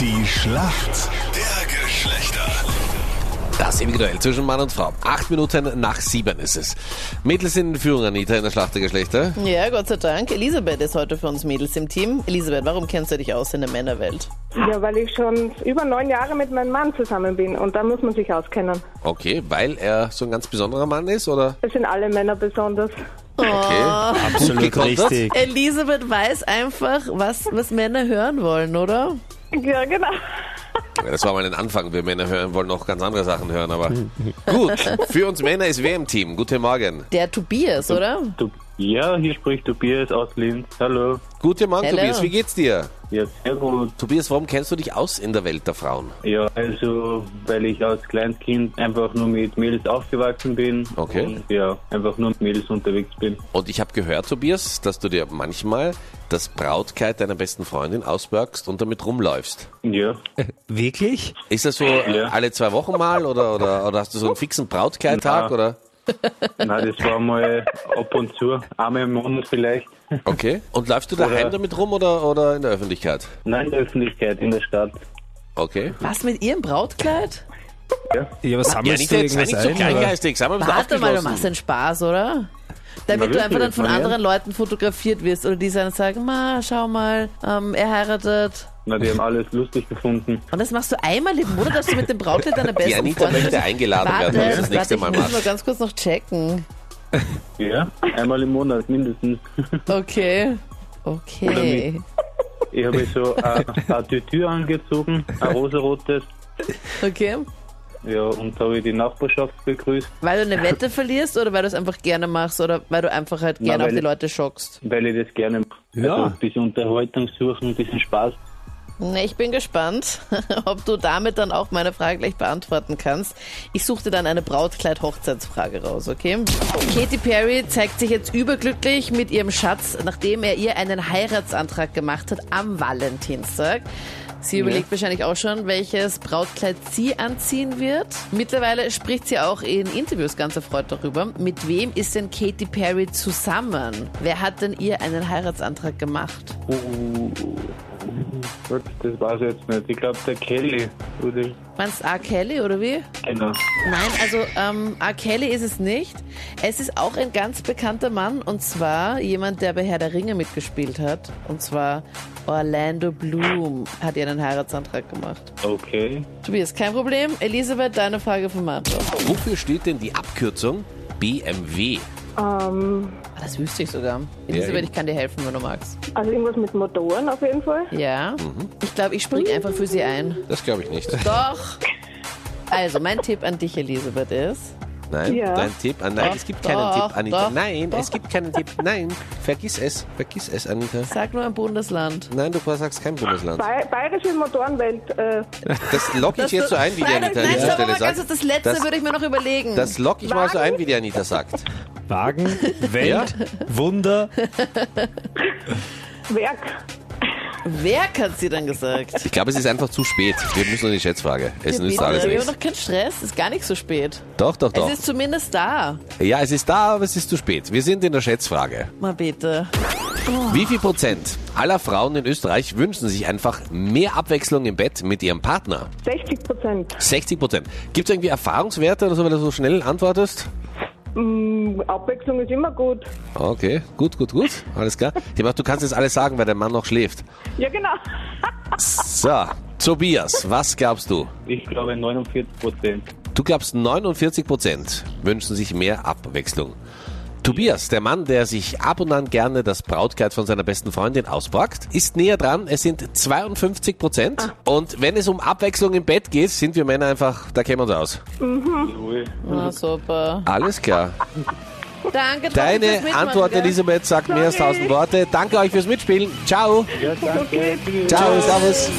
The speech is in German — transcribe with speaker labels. Speaker 1: Die Schlacht der Geschlechter.
Speaker 2: Das ewige Duell zwischen Mann und Frau. Acht Minuten nach sieben ist es. Mädels in Führung, Anita, in der Schlacht der Geschlechter.
Speaker 3: Ja, Gott sei Dank. Elisabeth ist heute für uns Mädels im Team. Elisabeth, warum kennst du dich aus in der Männerwelt?
Speaker 4: Ja, weil ich schon über neun Jahre mit meinem Mann zusammen bin und da muss man sich auskennen.
Speaker 2: Okay, weil er so ein ganz besonderer Mann ist, oder?
Speaker 4: Es sind alle Männer besonders.
Speaker 2: Okay,
Speaker 5: Absolut
Speaker 2: gekontert.
Speaker 5: richtig.
Speaker 3: Elisabeth weiß einfach, was, was Männer hören wollen, oder?
Speaker 4: Ja, genau.
Speaker 2: Ja, Das war mal ein Anfang. Wir Männer hören, wollen noch ganz andere Sachen hören, aber gut. Für uns Männer ist wer im Team? Guten Morgen.
Speaker 3: Der Tobias, oder?
Speaker 6: Du- Ja, hier spricht Tobias aus Linz. Hallo.
Speaker 2: Guten Morgen,
Speaker 3: Hello.
Speaker 2: Tobias. Wie geht's dir?
Speaker 6: Ja, sehr gut.
Speaker 2: Tobias, warum kennst du dich aus in der Welt der Frauen?
Speaker 6: Ja, also, weil ich als Kleinkind einfach nur mit Mädels aufgewachsen bin.
Speaker 2: Okay.
Speaker 6: Und ja, einfach nur mit Mädels unterwegs bin.
Speaker 2: Und ich habe gehört, Tobias, dass du dir manchmal das Brautkleid deiner besten Freundin ausbürgst und damit rumläufst.
Speaker 6: Ja.
Speaker 5: Wirklich?
Speaker 2: Ist das so äh,
Speaker 6: Ja.
Speaker 2: alle zwei Wochen mal oder, oder, oder hast du so einen fixen Brautkleidtag
Speaker 6: Na.
Speaker 2: oder?
Speaker 6: Nein, das war mal ab und zu. Einmal im Monat vielleicht.
Speaker 2: Okay. Und läufst du daheim
Speaker 6: Oder-
Speaker 2: damit rum oder, oder in der Öffentlichkeit?
Speaker 6: Nein, in der Öffentlichkeit, in der Stadt.
Speaker 2: Okay.
Speaker 3: Was mit ihrem Brautkleid?
Speaker 5: Ja, was
Speaker 2: Ja,
Speaker 5: sammelst
Speaker 2: nicht, jetzt,
Speaker 5: du
Speaker 2: nicht
Speaker 5: irgendwas
Speaker 2: so
Speaker 5: ein? oder?
Speaker 2: kleingeistig, sagen wir mal
Speaker 3: Warte mal, du
Speaker 2: aufgeschlossen.
Speaker 3: machst den Spaß, oder?
Speaker 6: Na,
Speaker 3: Damit du
Speaker 6: wirklich,
Speaker 3: einfach dann von
Speaker 6: Marianne?
Speaker 3: anderen Leuten fotografiert wirst oder die dann sagen, ma, schau mal, ähm, er heiratet.
Speaker 6: Na, die haben alles lustig gefunden.
Speaker 3: Und das machst du einmal im Monat, dass du mit dem Brautkleid deiner
Speaker 2: Die
Speaker 3: besten
Speaker 2: Anita
Speaker 3: Freundin...
Speaker 2: möchte eingeladen werden, wenn du das
Speaker 3: Warte, warte,
Speaker 2: nächste
Speaker 3: ich
Speaker 2: Mal
Speaker 3: muss mal
Speaker 2: machst.
Speaker 3: ganz kurz noch checken.
Speaker 6: Ja, einmal im Monat mindestens.
Speaker 3: Okay.
Speaker 6: Oder
Speaker 3: Okay.
Speaker 6: mit- Ich habe so ein, ein Tütü angezogen, ein rosarotes.
Speaker 3: Okay.
Speaker 6: Ja, und habe die Nachbarschaft begrüßt.
Speaker 3: Weil du eine Wette verlierst oder weil du es einfach gerne machst oder weil du einfach halt
Speaker 6: Na,
Speaker 3: gerne auf
Speaker 6: weil
Speaker 3: die
Speaker 6: ich-
Speaker 3: Leute schockst?
Speaker 6: Weil ich das gerne mache.
Speaker 5: Ja.
Speaker 6: Also ein bisschen Unterhaltung suchen, ein bisschen Spaß.
Speaker 3: Na, Ich bin gespannt, ob du damit dann auch meine Frage gleich beantworten kannst. Ich suche dir dann eine Brautkleid-Hochzeitsfrage raus, okay? Katy Perry zeigt sich jetzt überglücklich mit ihrem Schatz, nachdem er ihr einen Heiratsantrag gemacht hat am Valentinstag. Sie überlegt wahrscheinlich auch schon, welches Brautkleid sie anziehen wird. Mittlerweile spricht sie auch in Interviews ganz erfreut darüber. Mit wem ist denn Katy Perry zusammen? Wer hat denn ihr einen Heiratsantrag gemacht?
Speaker 6: Uh, Gut, uh. das weiß ich jetzt nicht. Ich glaube, der Kelly. Oder
Speaker 3: Meinst du R. Kelly oder wie?
Speaker 6: genau.
Speaker 3: Nein, also ähm, R. Kelly ist es nicht. Es ist auch ein ganz bekannter Mann und zwar jemand, der bei Herr der Ringe mitgespielt hat. Und zwar Orlando Bloom hat ihr einen Heiratsantrag gemacht.
Speaker 6: Okay.
Speaker 3: Tobias, kein Problem. Elisabeth, deine Frage von Marco.
Speaker 2: Wofür steht denn die Abkürzung BMW?
Speaker 4: Ähm,
Speaker 3: Ah, Das wüsste ich sogar. Elisabeth,
Speaker 2: eben.
Speaker 3: ich kann dir helfen, wenn du magst.
Speaker 4: also irgendwas mit Motoren auf jeden Fall.
Speaker 3: Ja?
Speaker 2: Mhm.
Speaker 3: Ich glaube, ich springe einfach für sie ein.
Speaker 2: Das glaube ich nicht.
Speaker 3: Doch! Also, mein Tipp an dich, Elisabeth, ist...
Speaker 2: Nein,
Speaker 4: Ja.
Speaker 2: dein Tipp. Ah, Nein,
Speaker 3: Doch,
Speaker 2: es gibt keinen
Speaker 3: doch,
Speaker 2: Tipp, Anita.
Speaker 3: doch,
Speaker 2: Nein,
Speaker 3: doch.
Speaker 2: es gibt keinen Tipp. Nein, vergiss es. Vergiss es, Anita.
Speaker 3: Sag nur ein Bundesland.
Speaker 2: Nein, du sagst kein Bundesland.
Speaker 4: Ba Bayerische Motorenwelt. Äh,
Speaker 2: Das locke ich jetzt so ein, wie die
Speaker 3: nein,
Speaker 2: Anita
Speaker 3: nein,
Speaker 2: an dieser
Speaker 3: nein, schau mal
Speaker 2: Stelle
Speaker 3: ganz kurz,
Speaker 2: sagt.
Speaker 3: das letzte
Speaker 2: Das-
Speaker 3: würde ich mir noch überlegen.
Speaker 2: Das locke ich mal so ein, wie die Anita sagt.
Speaker 5: Wagen, Welt, Wunder.
Speaker 4: Werk.
Speaker 3: Wer hat sie dann gesagt?
Speaker 2: Ich glaube, es ist einfach zu spät. Wir müssen nur die Schätzfrage. Es nützt alles
Speaker 3: wir
Speaker 2: nichts.
Speaker 3: haben noch keinen Stress, ist gar nicht so spät.
Speaker 2: Doch, doch, doch.
Speaker 3: Es ist zumindest da.
Speaker 2: ja, es ist da, aber es ist zu spät. Wir sind in der Schätzfrage.
Speaker 3: Mal bitte. Oh.
Speaker 2: Wie viel Prozent aller Frauen in Österreich wünschen sich einfach mehr Abwechslung im Bett mit ihrem Partner?
Speaker 4: 60 Prozent.
Speaker 2: 60 Prozent. Gibt es irgendwie Erfahrungswerte oder so, wenn du so schnell antwortest?
Speaker 4: Abwechslung ist immer gut.
Speaker 2: Okay, gut, gut, gut. Alles klar. Ich mach, du kannst jetzt alles sagen, weil der Mann noch schläft.
Speaker 4: Ja, genau.
Speaker 2: So, Tobias, was glaubst du?
Speaker 6: Ich glaube 49 Prozent.
Speaker 2: Du glaubst, 49 Prozent wünschen sich mehr Abwechslung. Tobias, der Mann, der sich ab und an gerne das Brautkleid von seiner besten Freundin auspackt, ist näher dran. Es sind 52
Speaker 3: Ah.
Speaker 2: Prozent. Und wenn es um Abwechslung im Bett geht, sind wir Männer einfach, da kennen wir uns aus.
Speaker 6: Jawohl.
Speaker 3: Na Ah, super.
Speaker 2: Alles klar.
Speaker 3: Ah. Danke, Tobi, fürs
Speaker 2: Deine
Speaker 3: Mitmachen,
Speaker 2: Antwort,
Speaker 3: gell?
Speaker 2: Elisabeth, sagt mehr als
Speaker 4: Sorry.
Speaker 2: tausend Worte. Danke euch fürs Mitspielen. Ciao.
Speaker 6: Ja, danke.
Speaker 2: Ciao, servus.